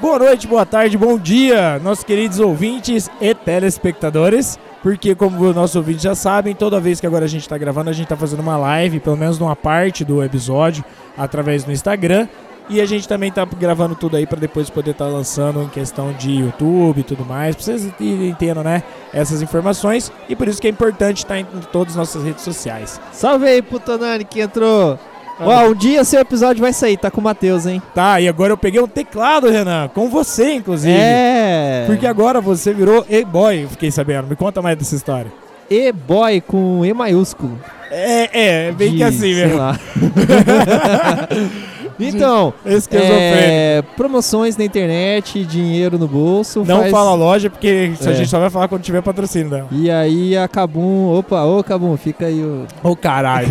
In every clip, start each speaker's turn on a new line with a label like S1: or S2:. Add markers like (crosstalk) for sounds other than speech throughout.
S1: Boa noite, boa tarde, bom dia, nossos queridos ouvintes e telespectadores. Porque, como os nossos ouvintes já sabem, toda vez que agora a gente está gravando, a gente está fazendo uma live, pelo menos numa parte do episódio, através do Instagram. E a gente também tá gravando tudo aí para depois poder estar lançando em questão de YouTube e tudo mais, pra vocês irem tendo, né, essas informações. E por isso que é importante estar em todas as nossas redes sociais.
S2: Salve aí, Putanani, que entrou. Ó, um dia seu episódio vai sair, tá com o Matheus, hein?
S1: Tá, e agora eu peguei um teclado, Renan, com você, inclusive.
S2: É.
S1: Porque agora você virou e-boy, fiquei sabendo. Me conta mais dessa história.
S2: E-boy com E maiúsculo.
S1: É, é, bem que
S2: De-
S1: assim
S2: sei
S1: mesmo. (laughs)
S2: lá. (laughs) então,
S1: Esquizofrênico.
S2: é, promoções na internet, dinheiro no bolso.
S1: Não
S2: faz-
S1: fala loja, porque isso a
S2: É.
S1: gente só vai falar quando tiver patrocínio dela.
S2: E aí a Cabum, opa, ô Cabum, fica aí o...
S1: Ô caralho.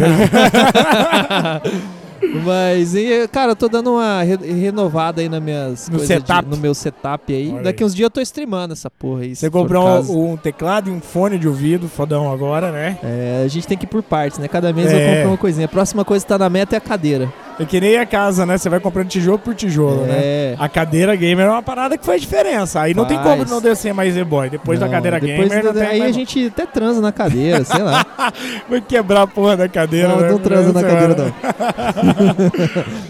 S2: Mas, e, cara, eu tô dando uma re- renovada aí nas minhas
S1: No
S2: coisas de-
S1: setup.
S2: no meu setup aí.
S1: Olha
S2: Daqui
S1: aí.
S2: uns dias eu tô streamando essa porra
S1: (laughs)
S2: aí.
S1: Você
S2: se for
S1: comprou um-
S2: caso.
S1: um teclado e um fone de ouvido, fodão agora, né?
S2: É, a gente tem que ir por partes, né? Cada mês eu
S1: É.
S2: compro uma coisinha. A próxima coisa que tá na meta é a cadeira.
S1: É que nem a casa, né? Você vai comprando tijolo por tijolo, né?
S2: é.
S1: A cadeira gamer é uma parada que faz diferença. Aí não tem
S2: Faz.
S1: como não descer mais e-boy. Depois
S2: Não,
S1: da cadeira
S2: depois
S1: gamer,
S2: da-
S1: não tem
S2: aí
S1: mais
S2: a gente até transa na cadeira, sei lá.
S1: (laughs) Vai quebrar a porra da cadeira,
S2: Não,
S1: né?
S2: não transa na
S1: Sei
S2: cadeira,
S1: lá.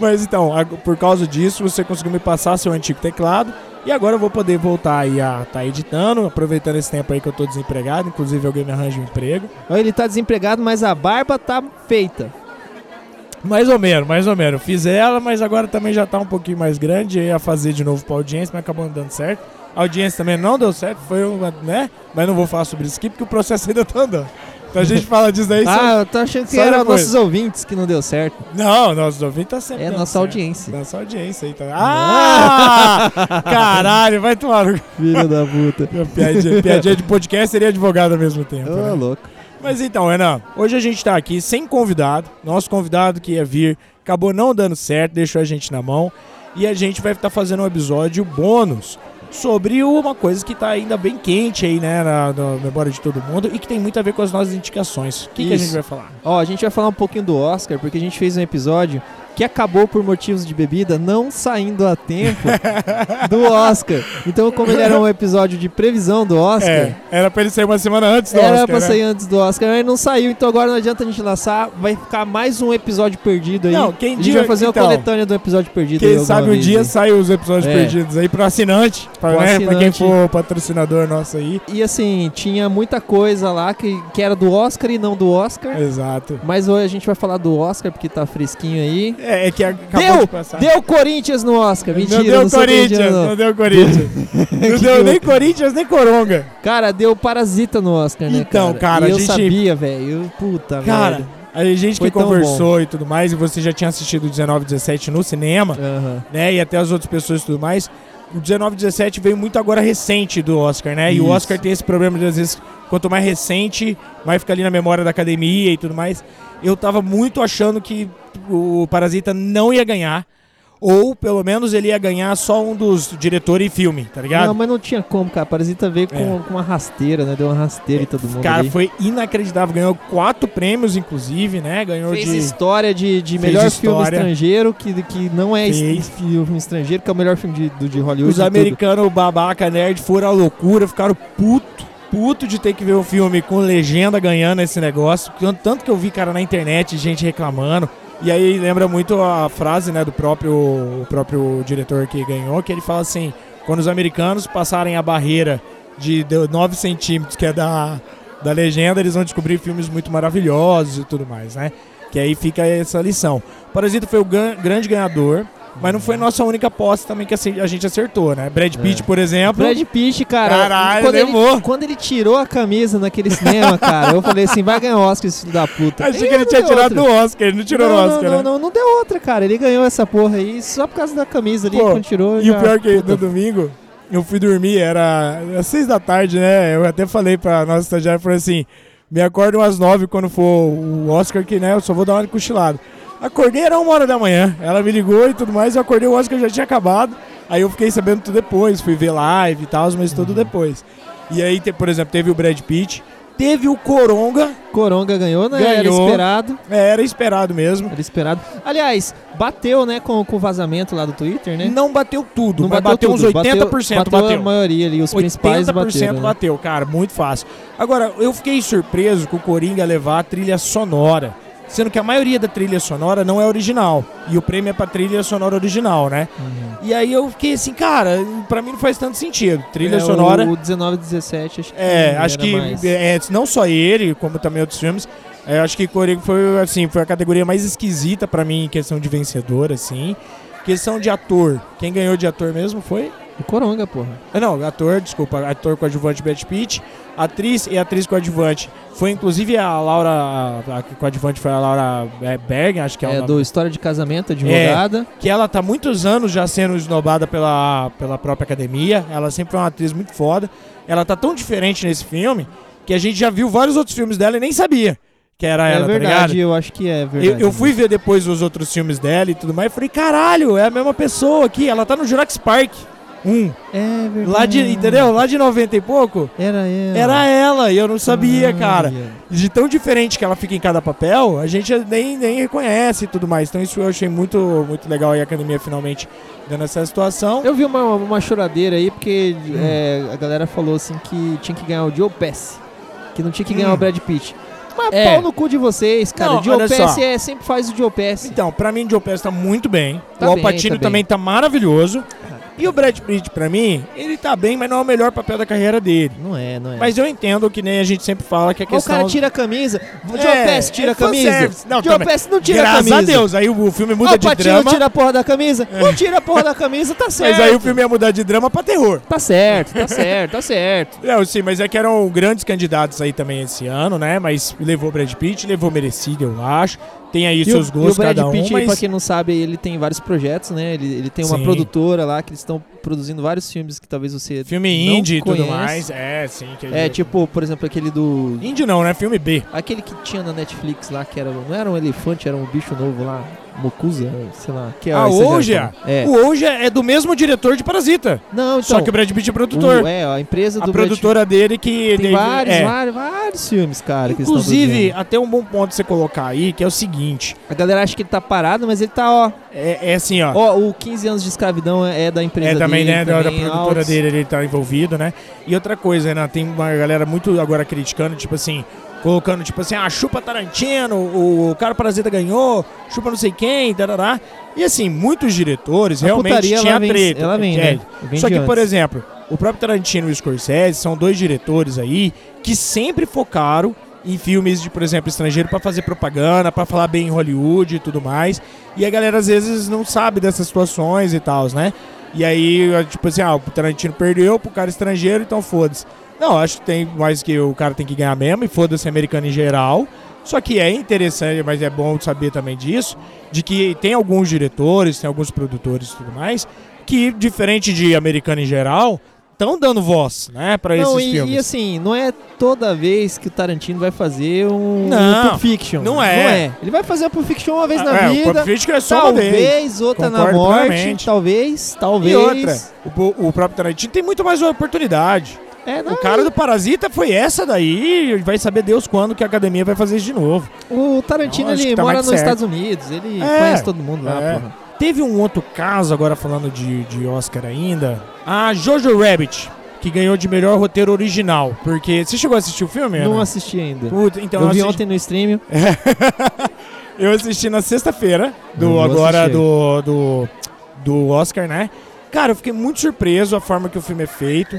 S1: Mas então, a- por causa disso, você conseguiu me passar seu antigo teclado. E agora eu vou poder voltar aí a tá editando, aproveitando esse tempo aí que eu tô desempregado. Inclusive, alguém me arranja um emprego.
S2: Olha, ele tá desempregado, mas a barba tá feita.
S1: Mais ou menos, mais ou menos. Eu Fiz ela, mas agora também já tá um pouquinho mais grande. Eu ia fazer de novo pra audiência, mas acabou não dando certo. A audiência também não deu certo, foi uma, né? Mas não vou falar sobre isso aqui porque o processo ainda tá andando. Então a gente fala disso
S2: (laughs)
S1: daí. só-
S2: ah, eu tô achando que
S1: só
S2: eram
S1: depois.
S2: nossos ouvintes que não deu certo.
S1: Não, nossos ouvintes tá sempre.
S2: É
S1: dando
S2: nossa
S1: certo.
S2: audiência.
S1: Nossa audiência aí também. Ah!
S2: (laughs)
S1: Caralho, vai tomar no
S2: Filho da puta.
S1: Uma Piadinha, piadinha de podcast seria advogado ao mesmo tempo.
S2: Ô,
S1: né?
S2: louco.
S1: Mas então, Renan, hoje a gente tá aqui sem convidado. Nosso convidado que ia vir acabou não dando certo, deixou a gente na mão. E a gente vai estar fazendo um episódio bônus sobre uma coisa que tá ainda bem quente aí, né, na, na memória de todo mundo e que tem muito a ver com as nossas indicações. O que, que a
S2: Isso.
S1: gente vai falar?
S2: Ó, a gente vai falar um pouquinho do Oscar, porque a gente fez um episódio que acabou por motivos de bebida, não saindo a tempo do Oscar. Então, como ele era um episódio de previsão do Oscar,
S1: É, era pra ele sair uma semana antes do
S2: era
S1: Oscar,
S2: pra
S1: né?
S2: sair antes do Oscar, mas não saiu, então agora não adianta a gente lançar, vai ficar mais um episódio perdido aí.
S1: Não, quem
S2: a gente
S1: diga-
S2: vai fazer
S1: então,
S2: uma coletânea do episódio perdido aí
S1: Quem
S2: alguma
S1: sabe um
S2: vez
S1: dia
S2: aí.
S1: saem os episódios
S2: É.
S1: perdidos aí pro assinante, pra,
S2: Pro
S1: né, pra quem
S2: assinante.
S1: for patrocinador nosso aí.
S2: E assim, tinha muita coisa lá que, que era do Oscar e não do
S1: É.
S2: Oscar.
S1: Exato.
S2: Mas hoje a gente vai falar do Oscar, porque tá fresquinho aí.
S1: É, é que acabou
S2: Deu!
S1: de passar.
S2: Deu Corinthians no Oscar, mentira,
S1: não deu
S2: não sou
S1: Corinthians,
S2: corintiano, não.
S1: não deu
S2: (laughs)
S1: Corinthians. não deu nem Corinthians, nem Coronga.
S2: Cara, deu Parasita no Oscar, né,
S1: Então, cara,
S2: E
S1: a
S2: eu
S1: gente-
S2: sabia, velho. Eu- Puta,
S1: Cara,
S2: velho.
S1: a gente
S2: Foi
S1: que
S2: tão
S1: conversou e tudo mais, e você já tinha assistido 19 17 no cinema,
S2: Aham.
S1: né? E até as outras pessoas e tudo mais. O 19 17 veio muito agora recente do Oscar, né? E o
S2: Isso.
S1: Oscar tem esse problema de às vezes, quanto mais recente, mais fica ali na memória da academia e tudo mais. Eu tava muito achando que o Parasita não ia ganhar. Ou, pelo menos, ele ia ganhar só um dos diretor e filme, tá ligado?
S2: Não, mas não tinha como, cara. Parasita veio com, com uma rasteira, né? Deu uma rasteira em todo mundo.
S1: É. Cara,
S2: ali.
S1: foi inacreditável. Ganhou quatro prêmios, inclusive, né? Ganhou
S2: Fez
S1: de.
S2: história de, de melhor filme
S1: história.
S2: estrangeiro, que, que não é est-
S1: Fez.
S2: filme estrangeiro, que é o melhor filme de, do, de Hollywood.
S1: Os
S2: e tudo.
S1: americanos babaca nerd foram à loucura, ficaram puto, puto de ter que ver o filme com legenda ganhando esse negócio. Tanto- Tanto que eu vi, cara, na internet, gente reclamando. E aí lembra muito a frase, né, do próprio, o próprio diretor que ganhou, que ele fala assim: quando os americanos passarem a barreira de 9 centímetros, que é da, da legenda, eles vão descobrir filmes muito maravilhosos e tudo mais, né? Que aí fica essa lição. Parasita foi o gan- grande ganhador, mas não foi nossa única aposta também que assim- a gente acertou, né? Brad Pitt,
S2: Uhum. É.
S1: por exemplo.
S2: Brad Pitt, cara.
S1: Caralho,
S2: quando ele,
S1: levou.
S2: quando ele tirou a camisa naquele cinema, cara, eu falei assim: vai ganhar o Oscar, esse filho da puta.
S1: Achei
S2: E
S1: que ele
S2: não
S1: tinha
S2: deu
S1: tirado
S2: outra.
S1: do Oscar, ele não tirou
S2: não,
S1: do
S2: não,
S1: Oscar,
S2: não,
S1: né?
S2: não, não deu outra, cara. Ele ganhou essa porra aí só por causa da camisa ali.
S1: Pô,
S2: quando tirou,
S1: E
S2: já-
S1: o pior que
S2: puta,
S1: no domingo, eu fui dormir, era às seis da tarde, né? Eu até falei pra nossa estagiária, falei assim, me acorda umas nove quando for o Oscar, que né, eu só vou dar uma cochilada. Acordei, era uma hora da manhã, ela me ligou e tudo mais, eu acordei, o Oscar já tinha acabado, aí eu fiquei sabendo Uhum. tudo depois, fui ver live e tal, mas tudo depois. E aí, te- por exemplo, teve o Brad Pitt, Teve o Coronga,
S2: Coronga ganhou, né? Era
S1: Ganhou.
S2: esperado.
S1: é, era esperado mesmo.
S2: Era esperado. Aliás, bateu, né, com, com o vazamento lá do Twitter, né?
S1: Não bateu tudo,
S2: Não
S1: mas bateu, uns 80% bateu.
S2: bateu, a maioria ali, os principais bateram. né?
S1: bateu, cara, muito fácil. Agora, eu fiquei surpreso com o Coringa levar a trilha sonora, sendo que a maioria da trilha sonora não é original, e o prêmio é pra trilha sonora original, né?
S2: Uhum.
S1: E aí eu fiquei assim, cara, pra mim não faz tanto sentido. Trilha
S2: É,
S1: sonora.
S2: O, o 19 17, acho que
S1: É,
S2: era
S1: acho que
S2: mais.
S1: é, não só ele, como também outros filmes. é, acho que Coringa foi assim, foi a categoria mais esquisita pra mim em questão de vencedor, assim. Questão de ator. Quem ganhou de ator mesmo foi?
S2: O Coronga, porra.
S1: Ah, Não, ator, desculpa, ator coadjuvante Brad Pitt, atriz e atriz coadjuvante. Foi inclusive a Laura, a, a coadjuvante foi a Laura é, Berg, acho que é, o
S2: É,
S1: nome. É,
S2: do História de Casamento, advogada.
S1: que ela tá muitos anos já sendo esnobada pela, pela própria academia. Ela sempre foi uma atriz muito foda. Ela tá tão diferente nesse filme que a gente já viu vários outros filmes dela e nem sabia que era
S2: É,
S1: ela, tá ligado?
S2: verdade, eu acho que é verdade.
S1: Eu, eu fui ver depois os outros filmes dela e tudo mais e falei, caralho, é a mesma pessoa aqui. Ela tá no Jurassic Park 1.
S2: É verdade.
S1: Lá de, entendeu? Lá de 90 e pouco.
S2: Era ela.
S1: Era ela, e eu não sabia, cara.
S2: Olha.
S1: E De tão diferente que ela fica em cada papel, a gente nem, nem reconhece e tudo mais. Então isso eu achei muito, muito legal e a academia finalmente dando essa situação.
S2: Eu vi uma, uma choradeira aí, porque é, a galera falou assim que tinha que ganhar o Joe Pesci, que não tinha que ganhar
S1: Hum.
S2: o Brad Pitt. Mas
S1: É.
S2: pau no cu de vocês, cara.
S1: Não,
S2: o Joe
S1: olha só.
S2: Pesci é, sempre faz o Joe Pesci.
S1: Então, pra mim, o Joe Pesci tá muito bem.
S2: Tá
S1: o
S2: bem,
S1: Alpatino
S2: tá bem.
S1: também tá maravilhoso. E o Brad Pitt, pra mim, ele tá bem, mas não é o melhor papel da carreira dele.
S2: Não é, não é.
S1: Mas eu entendo que nem a gente sempre fala que a
S2: Mas o
S1: É questão...
S2: cara tira a camisa. O Joe
S1: É,
S2: Pesci tira
S1: é
S2: a camisa.
S1: fanservice. Não,
S2: Joe
S1: também.
S2: Pesci não tira a
S1: Graças
S2: camisa.
S1: a Deus, aí o, o filme
S2: Ó,
S1: muda
S2: o
S1: de
S2: Patino
S1: drama, É.
S2: tira a porra da camisa. Não tira a porra da camisa, tá certo.
S1: mas aí o filme ia mudar de drama pra terror.
S2: Tá certo, tá certo, tá certo.
S1: Não, sim, mas é que eram grandes candidatos aí também esse ano, né? Mas levou Brad Pitt, levou merecido, eu acho. Tem aí
S2: E o,
S1: seus
S2: e
S1: gostos
S2: o Brad
S1: cada um,
S2: Pitt,
S1: mas...
S2: pra quem não sabe, ele tem vários projetos, né? Ele, ele tem uma
S1: Sim.
S2: produtora lá que eles estão produzindo vários filmes que talvez você
S1: Filme
S2: não
S1: indie e tudo
S2: conhece.
S1: mais, é, sim. quer
S2: É,
S1: dizer-
S2: tipo, por exemplo, aquele do...
S1: Indie não, né? Filme B.
S2: Aquele que tinha na Netflix lá, que era, não era um elefante, era um bicho novo lá. Mocusa, sei lá. Que é
S1: Ah,
S2: esse
S1: hoje
S2: já- É.
S1: O Hoje é do mesmo diretor de Parasita,
S2: Não, então...
S1: só que o Brad Pitt é produtor.
S2: o- é, a empresa
S1: a
S2: do Brad Pitt
S1: produtora dele que...
S2: Tem
S1: ele-
S2: vários,
S1: é.
S2: vários, vários filmes, cara. que eles tão
S1: Inclusive,
S2: produzindo.
S1: até um bom ponto você colocar aí, que é o seguinte.
S2: a galera acha que ele tá parado, mas ele tá, ó.
S1: É, é assim, ó.
S2: Ó, o 15 anos de escravidão é é da empresa
S1: É, também,
S2: dele.
S1: né? Da, da produtora
S2: altos.
S1: dele, ele tá envolvido, né? E outra coisa, Renan, tem uma galera muito agora criticando, tipo assim, colocando, tipo assim, ah, chupa Tarantino, o, cara Parasita ganhou, chupa não sei quem, tarará. E assim, muitos diretores
S2: A
S1: realmente
S2: putaria,
S1: tinha
S2: ela vem,
S1: treta.
S2: Ela vem,
S1: é.
S2: né? Vem
S1: Só
S2: de
S1: que, por
S2: antes.
S1: exemplo, o próprio Tarantino e o Scorsese são dois diretores aí que sempre focaram em filmes de, por exemplo, estrangeiro pra fazer propaganda, pra falar bem em Hollywood e tudo mais. E a galera às vezes não sabe dessas situações e tal, né? E aí, é tipo assim, ah, o Tarantino perdeu pro cara estrangeiro, então foda-se. Não, acho que tem mais que o cara tem que ganhar mesmo, e foda-se americano em geral. Só que é interessante, mas é bom saber também disso, de que tem alguns diretores, tem alguns produtores e tudo mais, que, diferente de americano em geral, estão dando voz, né, pra
S2: Não,
S1: esses
S2: e,
S1: filmes.
S2: e assim, não é toda vez que o Tarantino vai fazer um,
S1: Não,
S2: um Pulp Fiction.
S1: não é.
S2: Ele vai fazer a Pulp Fiction uma vez na
S1: é, o
S2: vida.
S1: Pulp Fiction é só uma
S2: Talvez,
S1: vez.
S2: outra na
S1: Concordo
S2: morte.
S1: plenamente.
S2: Talvez, talvez.
S1: E outra, o, po- o próprio Tarantino tem muito mais oportunidade.
S2: É, não,
S1: O cara do Parasita foi essa daí, e vai saber Deus quando que a academia vai fazer isso de novo.
S2: o Tarantino
S1: Não, acho
S2: ele
S1: que tá
S2: mora
S1: mais
S2: nos
S1: que certo.
S2: Estados Unidos, ele
S1: É,
S2: conhece todo mundo lá,
S1: é.
S2: porra.
S1: Teve um outro caso, agora falando de, de Oscar ainda, a Jojo Rabbit, que ganhou de melhor roteiro original. Porque você chegou a assistir o filme?
S2: Não
S1: Ana?
S2: assisti ainda.
S1: Puta, então
S2: eu vi
S1: assisti-
S2: ontem no é stream.
S1: Eu assisti na sexta-feira,
S2: Eu
S1: do
S2: vou
S1: agora
S2: assistir.
S1: do, do, do Oscar, né? Cara, eu fiquei muito surpreso a forma que o filme é feito.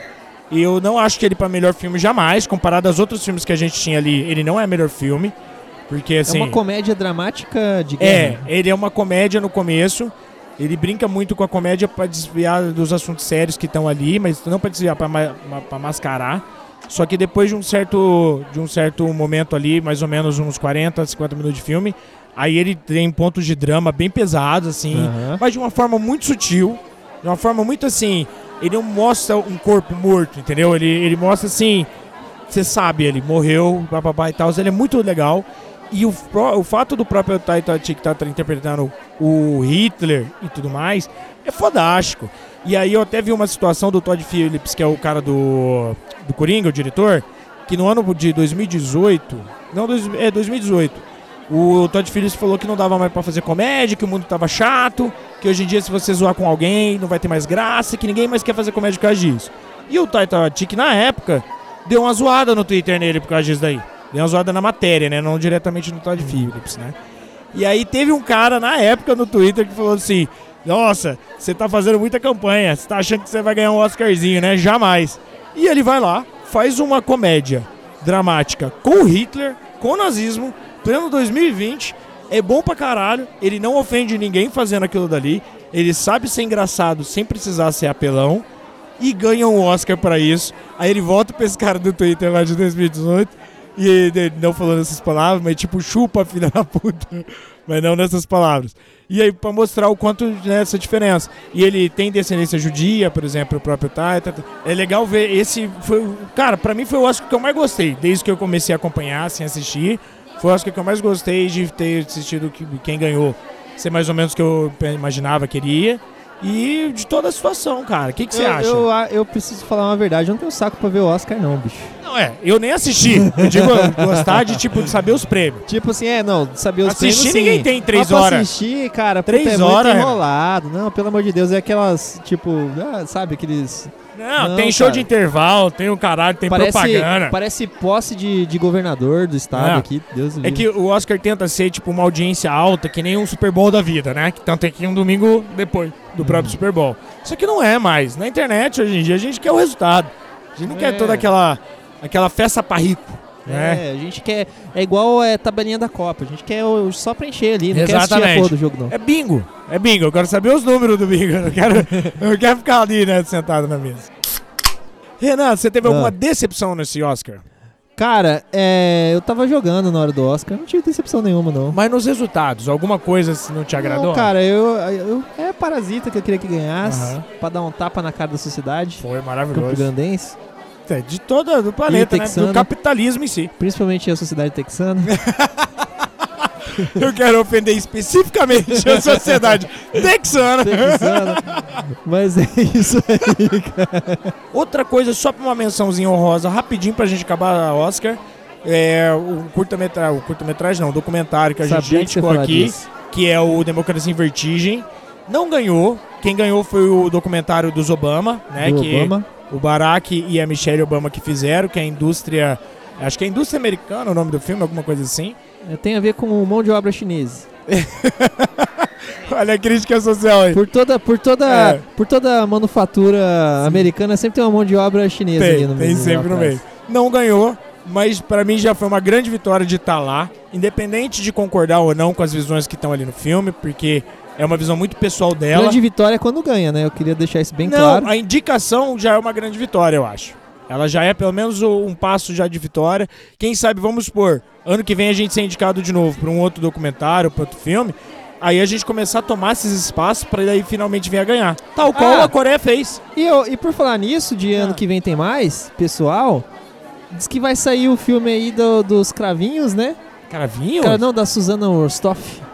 S1: E eu não acho que ele é para melhor filme jamais, comparado aos outros filmes que a gente tinha ali, ele não é melhor filme. Porque assim.
S2: é uma comédia dramática de
S1: É,
S2: guerra.
S1: ele é uma comédia no começo. Ele brinca muito com a comédia pra desviar dos assuntos sérios que estão ali, mas não pra desviar, pra, ma- ma- pra mascarar. Só que depois de um certo de um certo momento ali, mais ou menos uns 40, 50 minutos de filme, aí ele tem pontos de drama bem pesados assim,
S2: Aham.
S1: mas de uma forma muito sutil, de uma forma muito assim, ele não mostra um corpo morto, entendeu? Ele ele mostra assim, você sabe, ele morreu, papapá e tal, ele é muito legal. E o, pró- o fato do próprio Taika Waititi que tá tra- interpretando o Hitler e tudo mais é fodástico. E aí eu até vi uma situação do Todd Phillips, que é o cara do, do Coringa, o diretor, que no ano de 2018, não, dois- é 2018, o Todd Phillips falou que não dava mais pra fazer comédia, que o mundo tava chato, que hoje em dia se você zoar com alguém não vai ter mais graça, que ninguém mais quer fazer comédia por causa disso. E o Taita Tic, na época, deu uma zoada no Twitter nele por causa disso daí. Deu uma zoada na matéria, né? Não diretamente no Todd Phillips, né? E aí teve um cara na época no Twitter que falou assim: Nossa, você tá fazendo muita campanha, você tá achando que você vai ganhar um Oscarzinho, né? Jamais. E ele vai lá, faz uma comédia dramática com Hitler, com nazismo, pleno 2020. É bom pra caralho, ele não ofende ninguém fazendo aquilo dali. Ele sabe ser engraçado sem precisar ser apelão. E ganha um Oscar pra isso. Aí ele volta pra esse cara do Twitter lá de 2018 e ele não falando essas palavras, mas tipo, chupa, filha da puta. Mas não nessas palavras. E aí, pra mostrar o quanto né, essa diferença. E ele tem descendência judia, por exemplo, o próprio Taita. É legal ver esse. Foi, o- cara, pra mim foi o Oscar que eu mais gostei, desde que eu comecei a acompanhar, assim, assistir. Foi o Oscar que eu mais gostei de ter assistido que- quem ganhou. Ser mais ou menos o que eu pe- imaginava que iria. E de toda a situação, cara. O que que você
S2: eu,
S1: acha?
S2: Eu, a- eu preciso falar uma verdade, eu não tenho saco pra ver o Oscar, não, bicho.
S1: Não, é, eu nem assisti. Eu digo eu gostar de, tipo, de saber os prêmios.
S2: Tipo assim, é, não, saber os
S1: Assistir
S2: prêmios, sim.
S1: ninguém tem três
S2: Mas pra
S1: horas.
S2: assistir, cara,
S1: Três
S2: puta, é muito
S1: horas,
S2: enrolado. Não, pelo amor de Deus, é aquelas, tipo, ah, sabe, aqueles...
S1: Não,
S2: Não,
S1: tem show
S2: cara.
S1: de intervalo, tem o caralho, tem propaganda.
S2: parece posse de, de governador do estado
S1: Ah.
S2: aqui, Deus do
S1: É que o Oscar tenta ser, tipo, uma audiência alta, que nem um Super Bowl da vida, né? Que tanto é que um domingo depois
S2: Hum.
S1: do próprio Super Bowl. Isso aqui não é mais. Na internet, hoje em dia, a gente quer o resultado. A gente não
S2: É.
S1: quer toda aquela, aquela festa pra rico, né?
S2: É, a gente quer... É igual é, tabelinha da Copa, a gente quer o- só preencher ali, não quer assistir
S1: Exatamente.
S2: a porra do jogo, não.
S1: É bingo, é bingo. Eu quero saber os números do bingo. Eu não quero, eu não quero ficar ali, né, sentado na mesa. Renan, você teve
S2: Ah.
S1: alguma decepção nesse Oscar?
S2: Cara, é, eu tava jogando na hora do Oscar, não tive decepção nenhuma, não.
S1: Mas nos resultados, alguma coisa não te agradou?
S2: Não, cara, eu, eu- É Parasita que eu queria que ganhasse,
S1: Aham.
S2: pra dar um tapa na cara da sociedade
S1: Foi maravilhoso.
S2: campograndense,
S1: É, de todo do planeta,
S2: E
S1: né?
S2: texano.
S1: Do capitalismo em si.
S2: principalmente a sociedade texana. (laughs)
S1: Eu quero ofender especificamente a sociedade texana.
S2: texana. Mas é isso aí, cara.
S1: Outra coisa, só pra uma mençãozinha honrosa, rapidinho pra gente acabar a Oscar. É o curta-metragem, o curta-metragem não, o documentário que a gente
S2: Sabia que você ia
S1: indicou
S2: falar
S1: aqui,
S2: disso.
S1: que é o Democracia em Vertigem. Não ganhou. Quem ganhou foi o documentário dos Obama, né?
S2: Do
S1: que
S2: Obama.
S1: o Barack e a Michelle Obama que fizeram, que é a indústria. Acho que é a indústria americana o nome do filme, alguma coisa assim. (laughs)
S2: É, Tem a ver com mão de obra chinesa.
S1: Olha a crítica social aí.
S2: Por toda, por toda,
S1: É.
S2: por toda manufatura americana sempre tem uma mão de obra chinesa ali
S1: Tem,
S2: no meio.
S1: tem sempre
S2: lá
S1: no
S2: atrás.
S1: meio. Não ganhou, mas pra mim já foi uma grande vitória de estar lá, independente de concordar ou não com as visões que estão ali no filme, porque é uma visão muito pessoal dela.
S2: Grande vitória é quando ganha, né? Eu queria deixar isso bem
S1: não,
S2: claro.
S1: a indicação já é uma grande vitória, eu acho. Ela já é pelo menos o- um passo já de vitória. Quem sabe, vamos supor, ano que vem a gente ser indicado de novo pra um outro documentário, pra outro filme. Aí a gente começar a tomar esses espaços pra daí finalmente vir a ganhar. Tal qual
S2: Ah.
S1: a Coreia fez.
S2: E, eu- e por falar nisso, de ano
S1: Ah.
S2: que vem tem mais, pessoal. Diz que vai sair o filme aí do- dos cravinhos, né?
S1: Cravinho?
S2: Cara, não, da Susana Orstoff.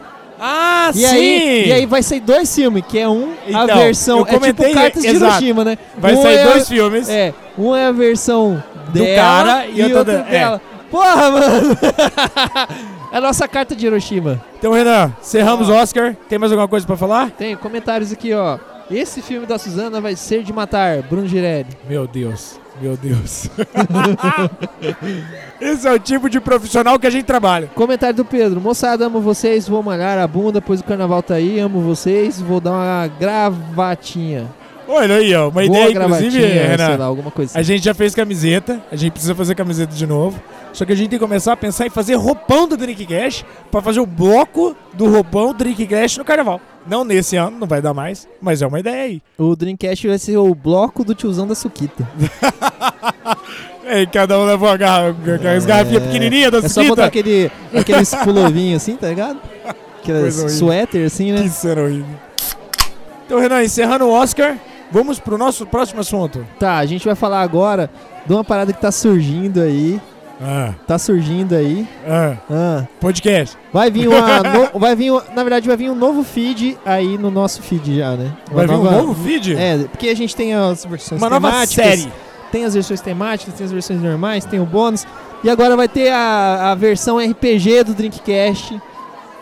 S1: Ah,
S2: E
S1: sim!
S2: aí, e aí vai sair dois filmes, que é um, a
S1: Então,
S2: versão.
S1: eu
S2: é
S1: comentei,
S2: tipo Cartas de
S1: exato.
S2: Hiroshima, né?
S1: Vai
S2: Um
S1: sair
S2: é-
S1: dois filmes.
S2: É, um é a versão
S1: Do
S2: dela
S1: cara e outra
S2: outro
S1: da- é.
S2: dela. Porra, mano! (laughs) é a nossa carta de Hiroshima.
S1: Então, Renan, cerramos o Oscar. Tem mais alguma coisa pra falar?
S2: Tem comentários aqui, ó. Esse filme da Suzana vai ser de matar, Bruno Girelli.
S1: Meu Deus, meu Deus. (laughs) Esse é o tipo de profissional que a gente trabalha.
S2: Comentário do Pedro. Moçada, amo vocês, vou malhar a bunda, pois o carnaval tá aí, amo vocês, vou dar uma gravatinha.
S1: Olha aí, ó, uma
S2: Boa
S1: ideia,
S2: gravatinha, é
S1: inclusive,
S2: sei
S1: Renan.
S2: lá, alguma coisa
S1: A gente já fez camiseta, a gente precisa fazer camiseta de novo. Só que a gente tem que começar a pensar em fazer roupão do Drink Cash pra fazer o bloco do roupão Drink Cash no carnaval. Não nesse ano, não vai dar mais, mas é uma ideia aí.
S2: O Dreamcast vai ser o bloco do tiozão da Suquita.
S1: É, cada um leva uma garra- as garrafinhas
S2: É.
S1: pequenininhas das
S2: É só botar aquele, aquele
S1: (laughs)
S2: pulovinho assim, tá ligado? Aquele
S1: Coisa horrível.
S2: suéter assim, né?
S1: Que cena horrível. Então, Renan, encerrando o Oscar, vamos pro nosso próximo assunto.
S2: Tá, a gente vai falar agora de uma parada que tá surgindo aí.
S1: Ah,
S2: Tá surgindo aí.
S1: ah,
S2: Ah,
S1: podcast.
S2: vai vir
S1: (laughs)
S2: uma. no- vai vir, uma- na verdade, vai vir um novo feed aí no nosso feed já, né? Uma
S1: Vai vir um
S2: nova-
S1: novo vídeo?
S2: É, porque a gente tem as versões
S1: Uma nova
S2: temáticas,
S1: série.
S2: tem as versões temáticas, tem as versões normais, tem o bônus. E agora vai ter a, a versão RPG do Drinkcast.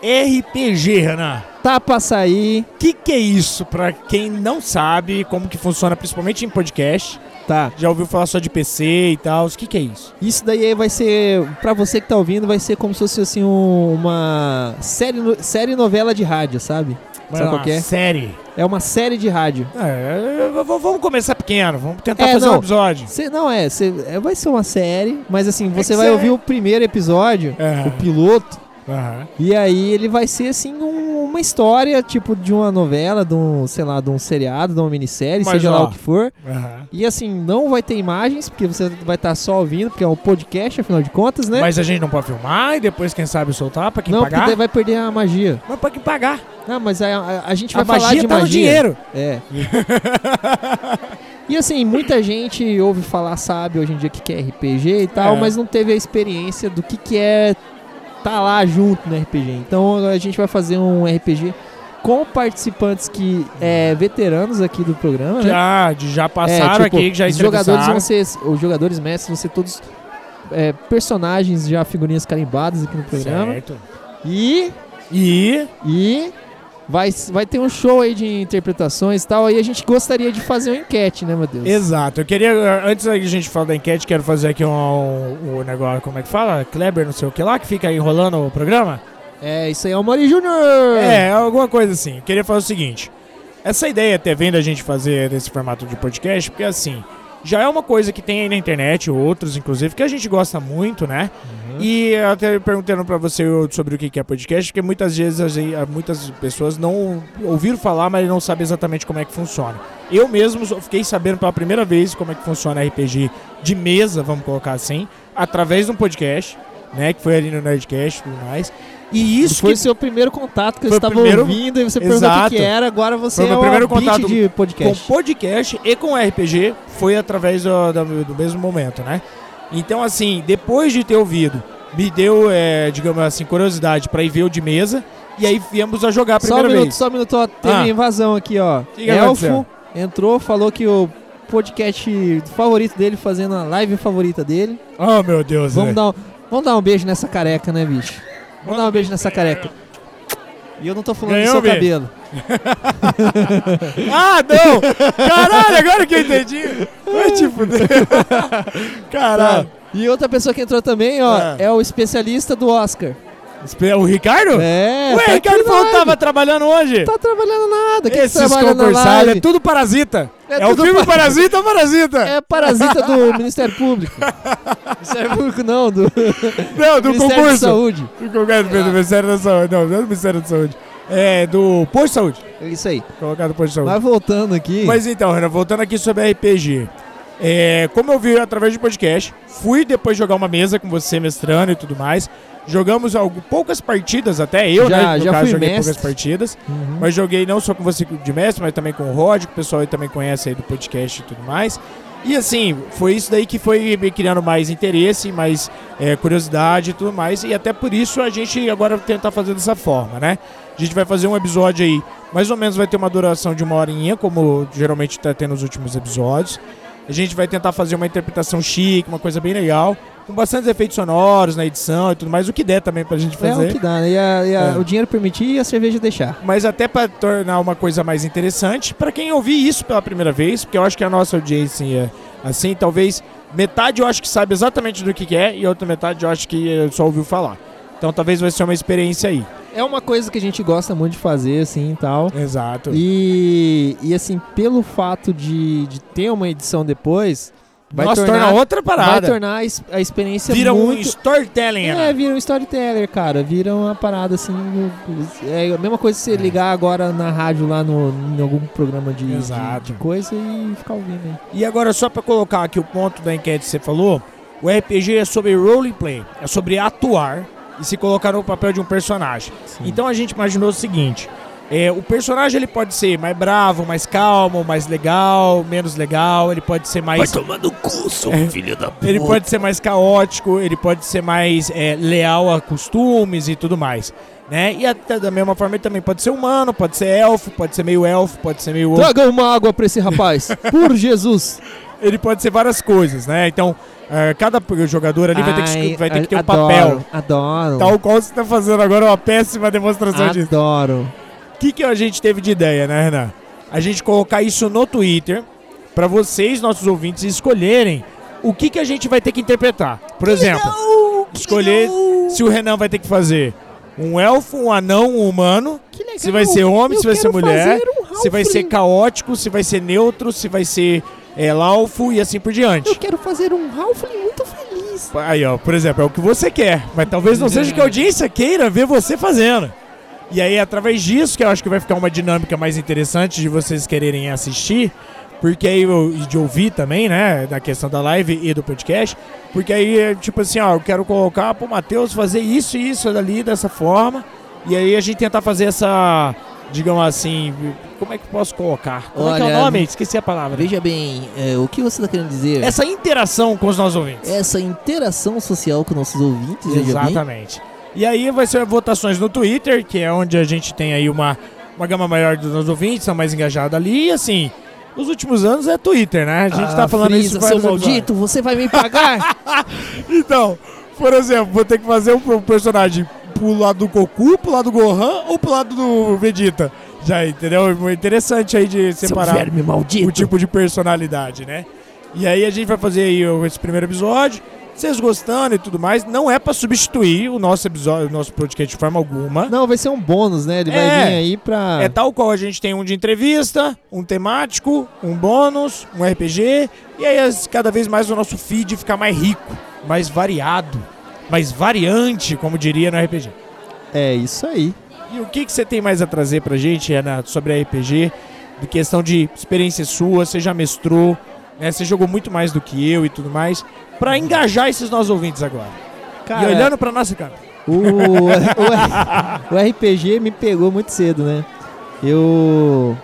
S1: RPG, Renan.
S2: Tá pra sair.
S1: O que, que é isso? Pra quem não sabe como que funciona, principalmente em podcast,
S2: Tá.
S1: já ouviu falar só de PC e tal. O que, que é isso?
S2: Isso daí aí vai ser, pra você que tá ouvindo, vai ser como se fosse assim um- uma série, no- série novela de rádio, sabe?
S1: Vai
S2: Sabe
S1: lá,
S2: qual que é?
S1: Série.
S2: É uma série de rádio.
S1: É, v- v- vamos começar pequeno, vamos tentar
S2: É,
S1: fazer um
S2: não.
S1: episódio.
S2: Cê- não é, cê- é, vai ser uma série, mas assim, você
S1: É que
S2: vai
S1: cê-
S2: ouvir o primeiro episódio,
S1: É,
S2: o piloto,
S1: aham.
S2: e aí ele vai ser assim um- uma história, tipo de uma novela, de um, sei lá, de um seriado, de uma minissérie,
S1: Mas,
S2: seja lá
S1: ó.
S2: o que for.
S1: aham.
S2: E assim, não vai ter imagens, porque você vai estar só ouvindo, porque é um podcast, afinal de contas, né?
S1: Mas a gente não pode filmar e depois, quem sabe, soltar pra quem
S2: não, porque
S1: pagar?
S2: daí vai perder a magia.
S1: Mas pra quem pagar?
S2: Não, mas a, a- a gente
S1: A
S2: vai falar
S1: magia
S2: de
S1: tá no
S2: magia.
S1: dinheiro.
S2: É. e assim, muita gente ouve falar, sabe, hoje em dia o que que é RPG e tal,
S1: É.
S2: mas não teve a experiência do que que é tá lá junto no RPG. Então agora a gente vai fazer um RPG com participantes que é veteranos aqui do programa,
S1: (laughs)
S2: né?
S1: Já, de- já passaram
S2: É, tipo,
S1: aqui, que já
S2: os jogadores
S1: entrevistaram.
S2: vão ser os jogadores mestres vão ser todos é, personagens já figurinhas carimbadas aqui no programa.
S1: Certo.
S2: E
S1: E
S2: e vai, vai ter um show aí de interpretações e tal. Aí a gente gostaria de fazer uma enquete, né, meu Deus?
S1: Exato. Eu queria, eh, antes da gente falar da enquete, quero fazer aqui um, um, negócio, como é que fala? Kleber, não sei o que lá, que fica enrolando o programa.
S2: É, isso aí é o Mori Júnior!
S1: É, alguma coisa assim. Eu queria falar o seguinte. Essa ideia até vem da gente fazer desse formato de podcast, porque assim, já é uma coisa que tem aí na internet, outros inclusive, que a gente gosta muito, né?
S2: Uhum.
S1: E eu até perguntando pra você sobre o que que é podcast, porque muitas vezes a gen- muitas pessoas não ouviram falar, mas não sabem exatamente como é que funciona. Eu mesmo só fiquei sabendo pela primeira vez como é que funciona RPG de mesa, vamos colocar assim, através de um podcast, né? Que foi ali no Nerdcast e tudo mais. E
S2: Isso
S1: isso
S2: foi
S1: que
S2: o seu primeiro contato que eu
S1: Foi o
S2: estava
S1: primeiro-
S2: ouvindo e você perguntou o
S1: Exato.
S2: que, que era, agora você
S1: Foi o
S2: é
S1: meu
S2: o
S1: primeiro
S2: beat
S1: contato
S2: de
S1: com
S2: podcast.
S1: podcast e com RPG foi através do, do- do mesmo momento, né? Então, assim, depois de ter ouvido, me deu, é, digamos assim, curiosidade pra ir ver o de mesa. E aí viemos a jogar a
S2: Só um
S1: primeira
S2: minuto,
S1: vez.
S2: só um minuto, ó, teve
S1: Ah.
S2: invasão aqui, ó.
S1: que
S2: Elfo
S1: aconteceu?
S2: entrou, falou que o podcast favorito dele, fazendo a live favorita dele.
S1: Oh, meu Deus.
S2: Vamos
S1: né?
S2: dar, um, vamos dar um beijo nessa careca, né, bicho? Vamos dar um beijo nessa careca. E eu não tô falando
S1: Ganhou,
S2: do seu
S1: bicho.
S2: cabelo.
S1: Ah, não! Caralho, agora que eu entendi. Vai te fuder. (laughs) Caralho.
S2: E outra pessoa que entrou também, ó,
S1: Ah.
S2: é o especialista do Oscar.
S1: Espe- Tá. O Ricardo?
S2: É,
S1: Ué,
S2: tá
S1: Ricardo
S2: aqui na
S1: falou que
S2: live.
S1: tava trabalhando hoje.
S2: Tá trabalhando nada. Quem
S1: Esses
S2: trabalha na
S1: conversados é
S2: live?
S1: tudo parasita. É, o
S2: tudo
S1: filme
S2: (laughs) pa-
S1: Parasita, Parasita.
S2: É parasita do (laughs) Ministério Público. Ministério Público não, do,
S1: Não, do
S2: (laughs) Ministério da
S1: concurso.
S2: Saúde.
S1: Do Congresso do Ministério da Saúde. Não, não é do Ministério da Saúde. É do Posto de Saúde.
S2: É isso aí.
S1: Colocado no Posto de Saúde.
S2: Mas voltando aqui,
S1: Mas então, Renan, voltando aqui sobre RPG. É, como eu vi através de podcast, fui depois jogar uma mesa com você mestrando e tudo mais. Jogamos algo, poucas partidas, até eu,
S2: Já-
S1: né? No
S2: já
S1: caso,
S2: fui
S1: joguei
S2: mestre.
S1: poucas partidas.
S2: Uhum.
S1: Mas joguei não só com você de mestre, mas também com o Rod, que o pessoal aí também conhece aí do podcast e tudo mais. E assim, foi isso daí que foi me criando mais interesse, mais é, curiosidade e tudo mais. E até por isso a gente agora tentar fazer dessa forma, né? A gente vai fazer um episódio aí, mais ou menos vai ter uma duração de uma horinha, como geralmente tá tendo nos últimos episódios. A gente vai tentar fazer uma interpretação chique, uma coisa bem legal, com bastantes efeitos sonoros na edição e tudo mais, o que der também pra gente
S2: é
S1: fazer.
S2: o que dá, né? E, a- e a-
S1: É.
S2: o dinheiro permitir e a cerveja deixar.
S1: Mas até para tornar uma coisa mais interessante, para quem ouvir isso pela primeira vez, porque eu acho que a nossa audiência, assim, talvez metade eu acho que sabe exatamente do que que é e a outra metade eu acho que eh, só ouviu falar. Então talvez vai ser uma experiência aí.
S2: É uma coisa que a gente gosta muito de fazer, assim, e tal.
S1: Exato.
S2: E, e assim, pelo fato de, de ter uma edição depois, vai
S1: Nossa,
S2: tornar,
S1: torna outra
S2: vai
S1: parada.
S2: tornar a es- a experiência
S1: Vira um
S2: muito...
S1: storytelling.
S2: É,
S1: Ana.
S2: vira um storyteller, cara. Vira uma parada assim. no- É a mesma coisa que você ligar agora na rádio lá no, em algum programa de, de-
S1: Exato.
S2: de coisa e ficar ouvindo aí.
S1: E agora só para colocar aqui o ponto da enquete que você falou, o RPG é sobre roleplay, é sobre atuar e se colocar no papel de um personagem. Então a gente imaginou o seguinte: é, o personagem ele pode ser mais bravo, mais calmo, mais legal, menos legal. Ele pode ser mais É.
S3: tomar no cu, seu filho da puta.
S1: ele pode ser mais caótico, ele pode ser mais é, leal a costumes e tudo mais. Né? E até da mesma forma ele também pode ser humano,
S3: Tá,
S1: pode ser elfo, pode ser meio elfo, pode ser meio. outro. (laughs)
S2: Traga uma água pra esse rapaz, por Jesus!
S1: ele pode ser várias coisas, né? Então, eh, cada jogador ali vai ter que,
S2: Ai,
S1: vai ter que ter
S2: a-
S1: um
S2: adoro,
S1: papel.
S2: Adoro.
S1: Tal qual você tá fazendo agora, uma péssima demonstração disso.
S2: adoro.
S1: O que, que a gente teve de ideia, né, Renan? A gente colocar isso no Twitter pra vocês, nossos ouvintes, escolherem o que, que a gente vai ter que interpretar. Por exemplo, escolher se o Renan vai ter que fazer um elfo, um anão, um humano, se vai ser homem, se vai ser mulher,
S2: um
S1: se vai ser caótico, se vai ser neutro, se vai ser é, laufo e assim por diante.
S2: quero fazer um Halfling muito feliz.
S1: Aí, ó, por exemplo, é o que você quer, mas talvez não seja o que a audiência queira ver você fazendo. E aí, através disso, que eu acho que vai ficar uma dinâmica mais interessante de vocês quererem assistir, porque aí, eu- e de ouvir também, né, da questão da live e do podcast, porque aí, é tipo assim, ó, eu quero colocar pro Matheus fazer isso e isso ali dessa forma, e aí a gente tentar fazer essa, digamos assim, como é que eu posso colocar? Como é que é
S4: Olha,
S1: o nome? Esqueci a palavra.
S4: Veja bem, é, o que você está querendo dizer? Essa,
S1: Essa interação com os nossos ouvintes.
S4: interação social com nossos ouvintes, veja bem.
S1: Exatamente. E aí vai ser votações no Twitter, que é onde a gente tem aí uma, uma gama maior dos nossos ouvintes, são mais engajados ali, e assim, nos últimos anos é Twitter, né? A gente tá falando
S4: Frieza,
S1: isso em
S4: Ah, seu
S1: vários episódios.
S4: maldito, você vai me
S2: (laughs)
S4: pagar?
S1: (laughs) Então, por exemplo, vou ter que fazer um personagem pro lado do Goku, pro lado do Gohan ou pro lado do Vegeta. Já, entendeu? É Interessante aí de
S4: Seu
S1: separar
S4: verme maldito.
S1: o tipo de personalidade, né? E aí a gente vai fazer aí o- esse primeiro episódio. Vocês gostando e tudo mais, não é pra substituir o nosso episódio, o nosso podcast de forma alguma.
S2: Não, vai ser um bônus, né? Ele vai
S1: É.
S2: vir aí pra.
S1: É tal qual a gente tem um de entrevista, um temático, um bônus, um RPG, e aí as- cada vez mais o nosso feed fica mais rico, mais variado, mais variante, como diria no RPG.
S2: É isso aí.
S1: E o que, que você tem mais a trazer pra gente, Renato, sobre RPG? De questão de experiência sua, você já mestrou, né? Você jogou muito mais do que eu e tudo mais. Pra engajar esses nossos ouvintes agora.
S2: Uhum. Cara,
S1: e olhando pra nossa cara.
S2: o, o, o RPG me pegou muito cedo, né? Eu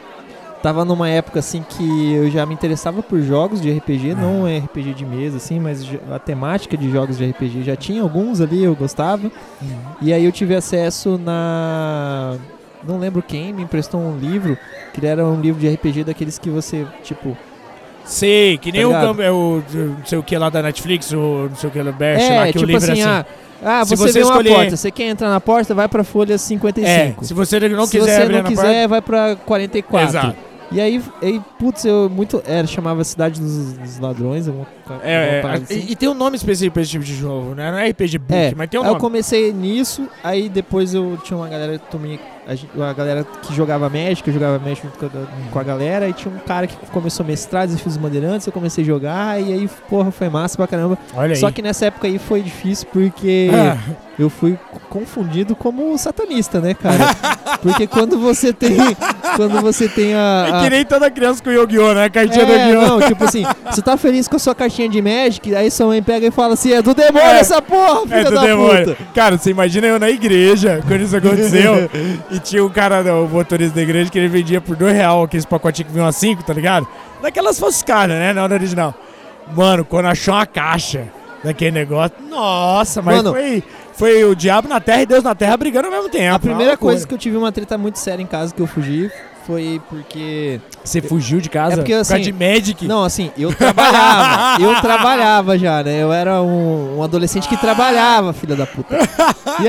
S2: tava numa época assim que eu já me interessava por jogos de
S1: Ah.
S2: RPG, não é RPG de mesa assim, mas jo- a temática de jogos de RPG já tinha alguns ali, eu gostava.
S1: Uhum.
S2: E aí eu tive acesso na não lembro quem me emprestou um livro, que ele era um livro de RPG daqueles que você, tipo,
S1: Sei, que nem
S2: Tá
S1: o,
S2: ligado?
S1: Gam- é o não sei o que lá da Netflix, o não sei o que lá, Berch, lá
S2: é,
S1: que o
S2: tipo
S1: livro é
S2: assim, ah, ah,
S1: Se
S2: você,
S1: você
S2: vê uma
S1: escolher-
S2: porta, você quer entrar na porta, vai pra folha 55.
S1: É, se você não
S2: Se
S1: quiser
S2: você
S1: abrir
S2: não
S1: na
S2: quiser, vai pra 44.
S1: Exato.
S2: E aí, aí, putz, eu muito. Era, chamava Cidade dos, dos Ladrões. alguma co-
S1: parte- É, é,
S2: alguma parada assim.
S1: e, e tem um nome específico pra esse tipo de jogo, né? Não é RPG Book,
S2: É,
S1: mas tem um
S2: aí eu
S1: nome.
S2: comecei nisso, aí depois eu tinha uma galera que tomei- a gen- uma galera que jogava Magic, eu jogava Magic junto com a, com a galera, e tinha um cara que começou a mestrar desafios bandeirantes, eu comecei a jogar, e aí, porra, foi massa pra caramba.
S1: Olha (laughs)
S2: Só que nessa época aí foi difícil porque
S1: Ah,
S2: eu fui c- confundido como satanista,
S1: (laughs)
S2: né, cara? Porque quando você tem. Quando você tem a.
S1: é
S2: a-
S1: que nem toda criança com Yu-Gi-Oh, né? A cartinha do
S2: é,
S1: Yu-Gi-Oh!
S2: não, tipo assim, você tá feliz com a sua caixinha de Magic, aí sua mãe pega e fala assim: é do demônio
S1: É.
S2: essa porra, filha
S1: É do
S2: da
S1: demônio.
S2: puta.
S1: Cara, você imagina eu na igreja, quando isso aconteceu.
S2: (laughs)
S1: e tinha um cara, o motorista da igreja, que ele vendia por dois real aqueles pacotinhos que vinham a cinco, tá ligado? Daquelas foscadas, né? Na hora original. Mano, quando achou uma caixa daquele negócio, nossa, mas
S2: Mano.
S1: foi, foi o diabo na terra e Deus na terra brigando ao mesmo tempo.
S2: A primeira coisa que eu tive uma treta muito séria em casa que eu fugi foi porque.
S1: Você fugiu de casa?
S2: É porque,
S1: por causa
S2: assim,
S1: de Magic?
S2: Não, assim, eu trabalhava. eu trabalhava já, né? Eu era um, um adolescente que trabalhava, filha da puta. E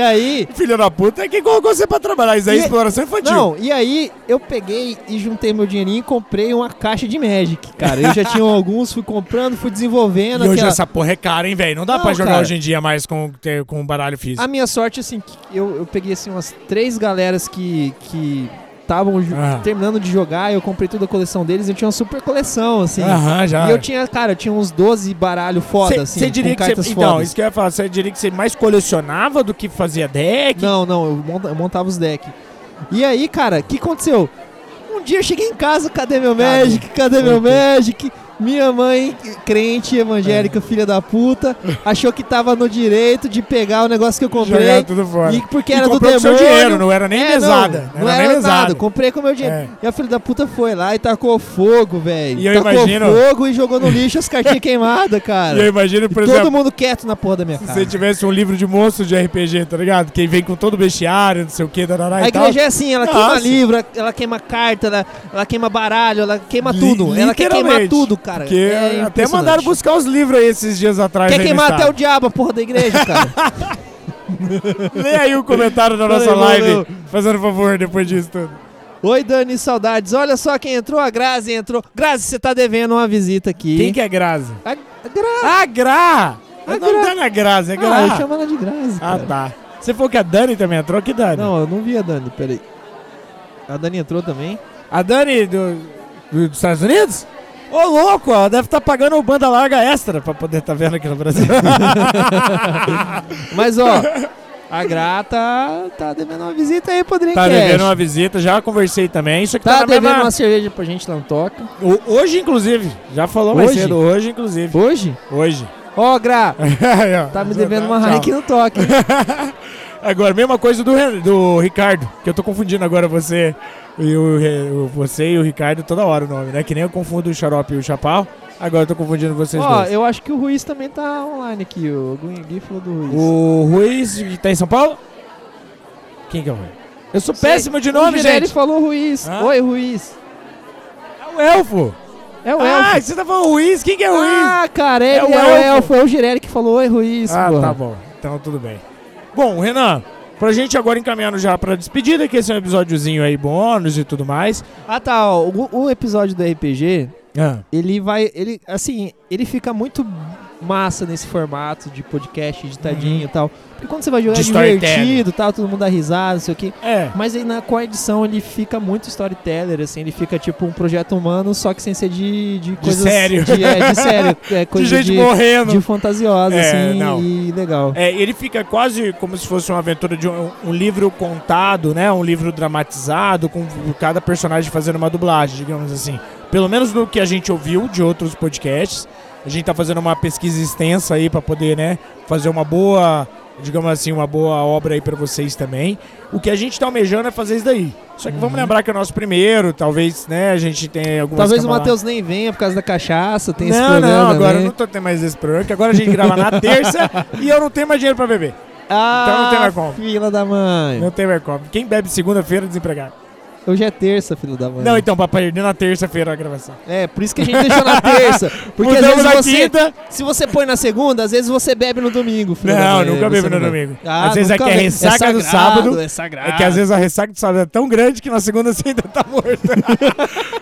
S1: (laughs)
S2: aí.
S1: Filha da puta, é quem colocou você pra trabalhar. Isso aí é
S2: E-
S1: exploração infantil.
S2: Não, e aí eu peguei e juntei meu dinheirinho e comprei uma caixa de Magic, cara. Eu já tinha alguns, fui comprando, fui desenvolvendo.
S1: E hoje
S2: aquela-
S1: essa porra é cara, hein, velho? Não dá
S2: Não,
S1: pra jogar
S2: cara.
S1: hoje em dia mais com, ter- com um baralho físico.
S2: A minha sorte, assim, que eu, eu peguei assim, umas três galeras que que estavam ju-
S1: Ah.
S2: terminando de jogar, eu comprei toda a coleção deles, eu tinha uma super coleção, assim.
S1: Aham, já.
S2: E eu tinha, cara, eu tinha uns 12 baralho foda,
S1: Ah, Cê-
S2: assim,
S1: cê diria
S2: com
S1: que
S2: cartas
S1: você, Então,
S2: fodas.
S1: isso que eu ia falar, você diria que você mais colecionava do que fazia deck?
S2: Não, não, eu monta- eu montava os decks. E aí, cara, o que aconteceu? Um dia eu cheguei em casa, cadê meu
S1: Cadê?
S2: Magic? Cadê meu Magic? Minha mãe, crente, evangélica,
S1: É.
S2: filha da
S1: (laughs)
S2: puta, achou que tava no direito de pegar o negócio que eu
S1: Jogar
S2: comprei.
S1: tudo fora.
S2: E porque
S1: E
S2: era do
S1: comprou
S2: demônio.
S1: com seu dinheiro, não era nem
S2: É,
S1: mesada.
S2: Não, não era,
S1: nem
S2: nada,
S1: mesada.
S2: comprei com meu dinheiro.
S1: É.
S2: E a filha da puta foi lá e tacou fogo, velho.
S1: E eu
S2: tacou
S1: imagino-
S2: fogo e jogou no lixo
S1: (laughs)
S2: as cartinhas queimadas,
S1: E eu
S2: cara.
S1: imagino, por
S2: Todo
S1: exemplo,
S2: mundo quieto na porra da minha
S1: se
S2: cara.
S1: você tivesse um livro de monstro de RPG, tá ligado? Que vem com todo o bestiário, não sei o que, tarará
S2: A
S1: e tal.
S2: igreja é assim, ela
S1: Nossa.
S2: queima livro, ela queima carta, ela, ela queima baralho, ela queima
S1: Li-
S2: tudo. Ela quer queimar
S1: literalmente.
S2: tudo, cara.
S1: Porque
S2: é
S1: até
S2: impressionante.
S1: mandaram buscar os livros aí esses dias atrás.
S2: Quer
S1: aí no
S2: queimar até
S1: estado.
S2: o diabo, a porra da igreja,
S1: (laughs)
S2: cara?
S1: Lê aí o comentário da nossa
S2: Valeu,
S1: live,
S2: valeu.
S1: fazendo um favor depois disso tudo.
S2: Oi, Dani, saudades. Olha só quem entrou, a Grazi entrou. Grazi, você tá devendo uma visita aqui.
S1: Quem que é Grazi?
S2: A, a Grazi.
S1: Ah, Gra! Eu não
S2: Gra.
S1: tá na Grazi, é
S2: Ah, eu
S1: Gra.
S2: chamo ela de Grazi,
S1: Ah,
S2: cara.
S1: tá. Você falou que a Dani também entrou? Que Dani?
S2: Não, eu não vi a Dani, peraí. A Dani entrou também?
S1: A Dani do, do- dos Estados Unidos? Ô, louco, ela deve estar pagando o banda larga extra pra poder estar vendo aqui no (laughs) Brasil.
S2: Mas, ó, a Gra tá, tá devendo uma visita aí pro
S1: tá
S2: Dreamcast.
S1: devendo uma visita, já conversei também. Isso aqui tá,
S2: Tá
S1: na
S2: devendo
S1: mesma...
S2: uma cerveja pra gente lá no Toca.
S1: O- Hoje, inclusive. Já falou mais
S2: Hoje?
S1: cedo. Hoje, inclusive.
S2: Hoje?
S1: Hoje.
S2: Ó, Gra,
S1: Aí, ó.
S2: tá me devendo uma
S1: Tchau.
S2: Heineken no Toca. hein?
S1: Agora, mesma coisa do, Ren- do Ricardo, que eu tô confundindo agora você e o, Re- o- você e o Ricardo toda hora o nome, né? Que nem eu confundo o Xarope e o Chapal. Agora eu tô confundindo vocês
S2: Ó,
S1: dois.
S2: eu acho que o Ruiz também tá online aqui. O Gui falou do Ruiz.
S1: O Ruiz que tá em São Paulo? Quem que é o Ruiz? Eu sou
S2: Sei.
S1: péssimo de nome,
S2: o Ele
S1: gente.
S2: falou Ruiz.
S1: Hã?
S2: Oi, Ruiz.
S1: É o Elfo.
S2: É o
S1: ah,
S2: Elfo.
S1: você tá falando Ruiz? Quem que é o Ruiz?
S2: Ah, cara, ele
S1: É
S2: é
S1: o
S2: o
S1: Elfo.
S2: Elfo. É o Girelli que falou Oi, Ruiz.
S1: Ah,
S2: porra.
S1: tá bom. Então tudo bem. Bom, Renan, pra gente agora encaminhando já pra despedida, que esse é um episódiozinho aí bônus e tudo mais.
S2: Ah, tá. ó, o, o episódio do RPG,
S1: Ah,
S2: ele vai... Ele, assim, ele fica muito massa nesse formato de podcast, ditadinho e tal. Porque quando você vai jogar é
S1: Uhum. De storytelling.
S2: divertido e tal, todo mundo dá risada, não sei o quê.
S1: é.
S2: Mas aí na quarta edição ele fica muito storyteller, assim, ele fica tipo um projeto humano, só que sem ser de, de coisas.
S1: sério.
S2: De, é, de
S1: (laughs)
S2: sério. É, coisa
S1: De gente
S2: de,
S1: morrendo.
S2: de fantasiosa,
S1: É,
S2: assim,
S1: não.
S2: e legal.
S1: É, ele fica quase como se fosse uma aventura de um, um livro contado, né? Um livro dramatizado, com cada personagem fazendo uma dublagem, digamos assim. Pelo menos no que a gente ouviu de outros podcasts. A gente tá fazendo uma pesquisa extensa aí para poder, né, fazer uma boa, digamos assim, uma boa obra aí para vocês também. O que a gente tá almejando é fazer isso daí. Só que
S2: Uhum.
S1: vamos lembrar que é o nosso primeiro, talvez, né, a gente tenha algumas
S2: Talvez o
S1: camada-
S2: Matheus nem venha por causa da cachaça, tem esse
S1: não,
S2: problema.
S1: não, agora eu
S2: também.
S1: não tô tendo mais esse problema, que agora a gente grava na
S2: (laughs)
S1: terça e eu não tenho mais dinheiro pra beber.
S2: Ah,
S1: então não tem mais como.
S2: Fila da mãe.
S1: Não tem mais como. Quem bebe segunda-feira é desempregado.
S2: Hoje é terça, filho da mãe.
S1: Não, então, pra perder na terça-feira a gravação.
S2: É, por isso que a gente deixou na
S1: (laughs)
S2: terça. Porque às
S1: Mudamos
S2: vezes
S1: na
S2: você.
S1: quinta.
S2: Se você põe na segunda, às vezes você bebe no domingo, filho da
S1: Não,
S2: mãe.
S1: nunca
S2: Você
S1: bebo
S2: não
S1: no
S2: bebe.
S1: domingo.
S2: Ah,
S1: às vezes é que
S2: nunca
S1: a
S2: bebe.
S1: ressaca do
S2: sagrado,
S1: sábado.
S2: É sagrado.
S1: É que às vezes a ressaca do sábado é tão grande que na segunda você ainda tá morto.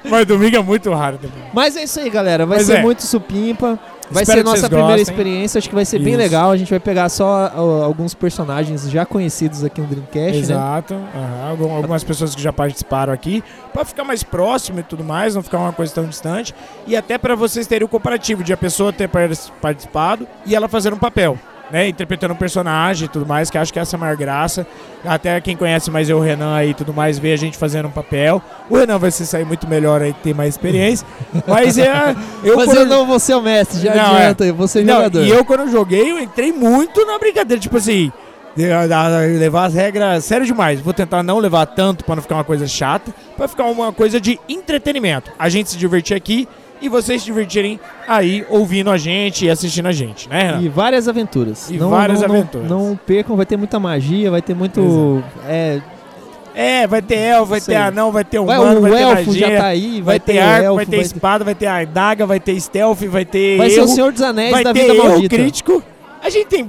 S1: Mas domingo é muito raro. também.
S2: Mas é isso aí, galera. Vai
S1: Mas
S2: ser
S1: é.
S2: muito supimpa. Vai
S1: Espero
S2: ser
S1: que
S2: nossa
S1: vocês
S2: primeira
S1: gostem.
S2: experiência. Acho que vai ser bem
S1: Isso.
S2: legal. A gente vai pegar só ó, alguns personagens já conhecidos aqui no Dreamcast, né?
S1: Exato. Aham, algum- Algumas pessoas que já participaram aqui. Pra ficar mais próximo e tudo mais, não ficar uma coisa tão distante. E até pra vocês terem o comparativo de a pessoa ter par- participado e ela fazer um papel. Né, interpretando um personagem e tudo mais, que acho que essa é a maior graça. Até quem conhece mais eu, o Renan aí e tudo mais, vê a gente fazendo um papel. O Renan vai se sair muito melhor aí, ter mais
S2: (laughs)
S1: experiência. Mas é. Eu
S2: Mas
S1: quando-
S2: eu não vou ser o mestre, já
S1: Não, é.
S2: adianta. Eu vou ser
S1: não,
S2: jogador.
S1: E eu, quando eu joguei, eu entrei muito na brincadeira. Tipo assim, de- a- a- levar as regras sério demais. Vou tentar não levar tanto pra não ficar uma coisa chata, pra ficar uma coisa de entretenimento. A gente se divertir aqui e vocês se divertirem aí ouvindo a gente e assistindo a gente, né, Renan?
S2: E várias aventuras.
S1: E várias aventuras.
S2: Não percam, vai ter muita magia, vai ter muito.
S1: Exato.
S2: É,
S1: É, vai ter elfo, vai
S2: Sei.
S1: ter anão, vai ter um
S2: vai,
S1: humano,
S2: o
S1: vai, ter
S2: elfo
S1: magia,
S2: já tá aí, vai,
S1: vai ter arco, vai ter
S2: vai,
S1: espada, vai ter adaga, vai ter stealth, vai ter
S2: vai ser o
S1: erro.
S2: Senhor dos Anéis
S1: vai
S2: É da
S1: ter
S2: vida
S1: erro
S2: maldita.
S1: crítico. A gente tem.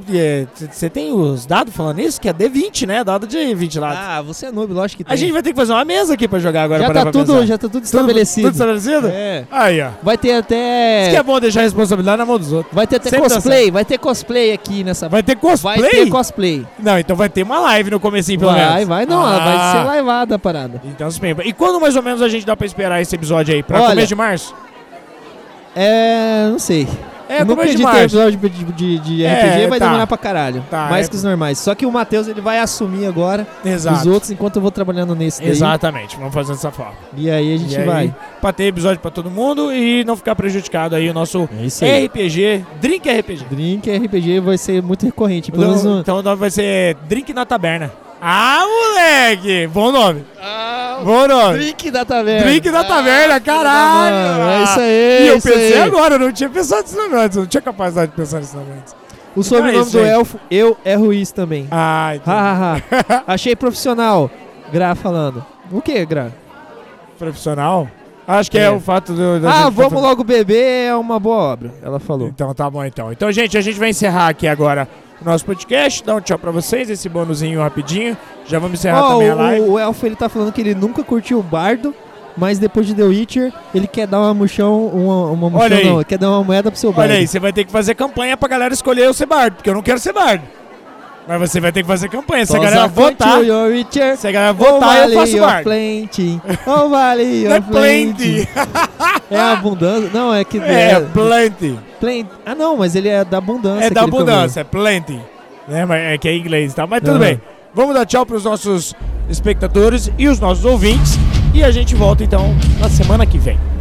S1: Você tem os dados falando isso? Que é D20, né? Dado de 20 lados.
S2: Ah, você é noob, lógico que tem.
S1: a gente vai ter que fazer uma mesa aqui pra jogar agora.
S2: já,
S1: parar pra
S2: tá tudo,
S1: pensar.
S2: já tá tudo
S1: Tudo-
S2: estabelecido.
S1: Tudo estabelecido?
S2: É.
S1: Aí, ó. Isso
S2: Vai ter
S1: que é
S2: até.
S1: bom deixar a responsabilidade na mão dos outros.
S2: Vai ter até
S1: Sempre dá
S2: cosplay, vai ter cosplay aqui nessa.
S1: Vai ter cosplay?
S2: Vai ter cosplay.
S1: Não, então vai ter uma live no comecinho, pelo menos.
S2: Vai, vai não, ela vai
S1: Ah,
S2: ser laivada a parada.
S1: Então se lembra. E quando mais ou menos a gente dá pra esperar esse episódio aí? Pra
S2: Olha,
S1: começo de março?
S2: É, não sei.
S1: É,
S2: Eu não
S1: começo de
S2: acredito em
S1: março.
S2: episódio de, de, de
S1: É,
S2: RPG, vai
S1: tá.
S2: demorar pra caralho.
S1: Tá,
S2: mais
S1: é.
S2: que os normais. Só que o Matheus, ele vai assumir agora os
S1: Exato.
S2: outros enquanto eu vou trabalhando nesse daí.
S1: Exatamente, vamos fazer dessa forma.
S2: E aí a gente
S1: E aí,
S2: vai.
S1: Pra ter episódio pra todo mundo e não ficar prejudicado aí o nosso
S2: É isso aí.
S1: RPG, Drink RPG.
S2: Drink RPG vai ser muito recorrente. Pelo menos
S1: Então,
S2: no...
S1: então o nome vai ser Drink na Taberna. Ah, moleque! Bom nome, bom nome.
S2: Drink da taverna.
S1: Ah,
S2: Ah,
S1: Drink na taverna, caralho! ah.
S2: É isso aí.
S1: E eu
S2: é isso
S1: pensei
S2: aí.
S1: agora, eu não tinha pensado nisso não antes, eu não tinha capacidade de pensar nisso não antes.
S2: O sobrenome
S1: Então é isso,
S2: do
S1: gente.
S2: elfo, eu é Ruiz também.
S1: Ah, então,
S2: Ha, ha, ha. Achei profissional. Gra falando. O que, Gra?
S1: (laughs) profissional. Acho que é,
S2: É.
S1: o fato do. da
S2: Ah,
S1: gente- tá
S2: vamos logo beber é uma boa obra, ela falou.
S1: Então tá bom então. Então, gente, a gente vai encerrar aqui agora o nosso podcast. Dá um tchau pra vocês, esse bônusinho rapidinho. Já vamos encerrar
S2: Ó,
S1: É, também a live.
S2: o, o Elfo ele tá falando que ele nunca curtiu o Bardo, mas depois de The Witcher, ele quer dar uma mochão, uma, uma mochão
S1: Olha aí.
S2: não, quer dar uma moeda pro seu Bardo.
S1: Olha aí, você vai ter que fazer campanha pra galera escolher eu ser bardo, porque eu não quero ser bardo. Mas você vai ter que fazer campanha. Se a galera votar,
S2: Your Witcher,
S1: se a galera
S2: oh
S1: votar, eu
S2: valley
S1: faço
S2: of
S1: bardo.
S2: (laughs) plenty, oh valley
S1: Não é
S2: of plenty.
S1: plenty.
S2: É abundância, não, é
S1: (laughs)
S2: que...
S1: É, plenty.
S2: plenty. Ah não, mas ele é da abundância.
S1: É
S2: que
S1: da
S2: ele comeu.
S1: abundância, é plenty. Né? Mas é que é inglês, tá? Mas tudo
S2: Aham.
S1: bem. Vamos dar tchau pros nossos espectadores e os nossos ouvintes. E a gente volta então na semana que vem.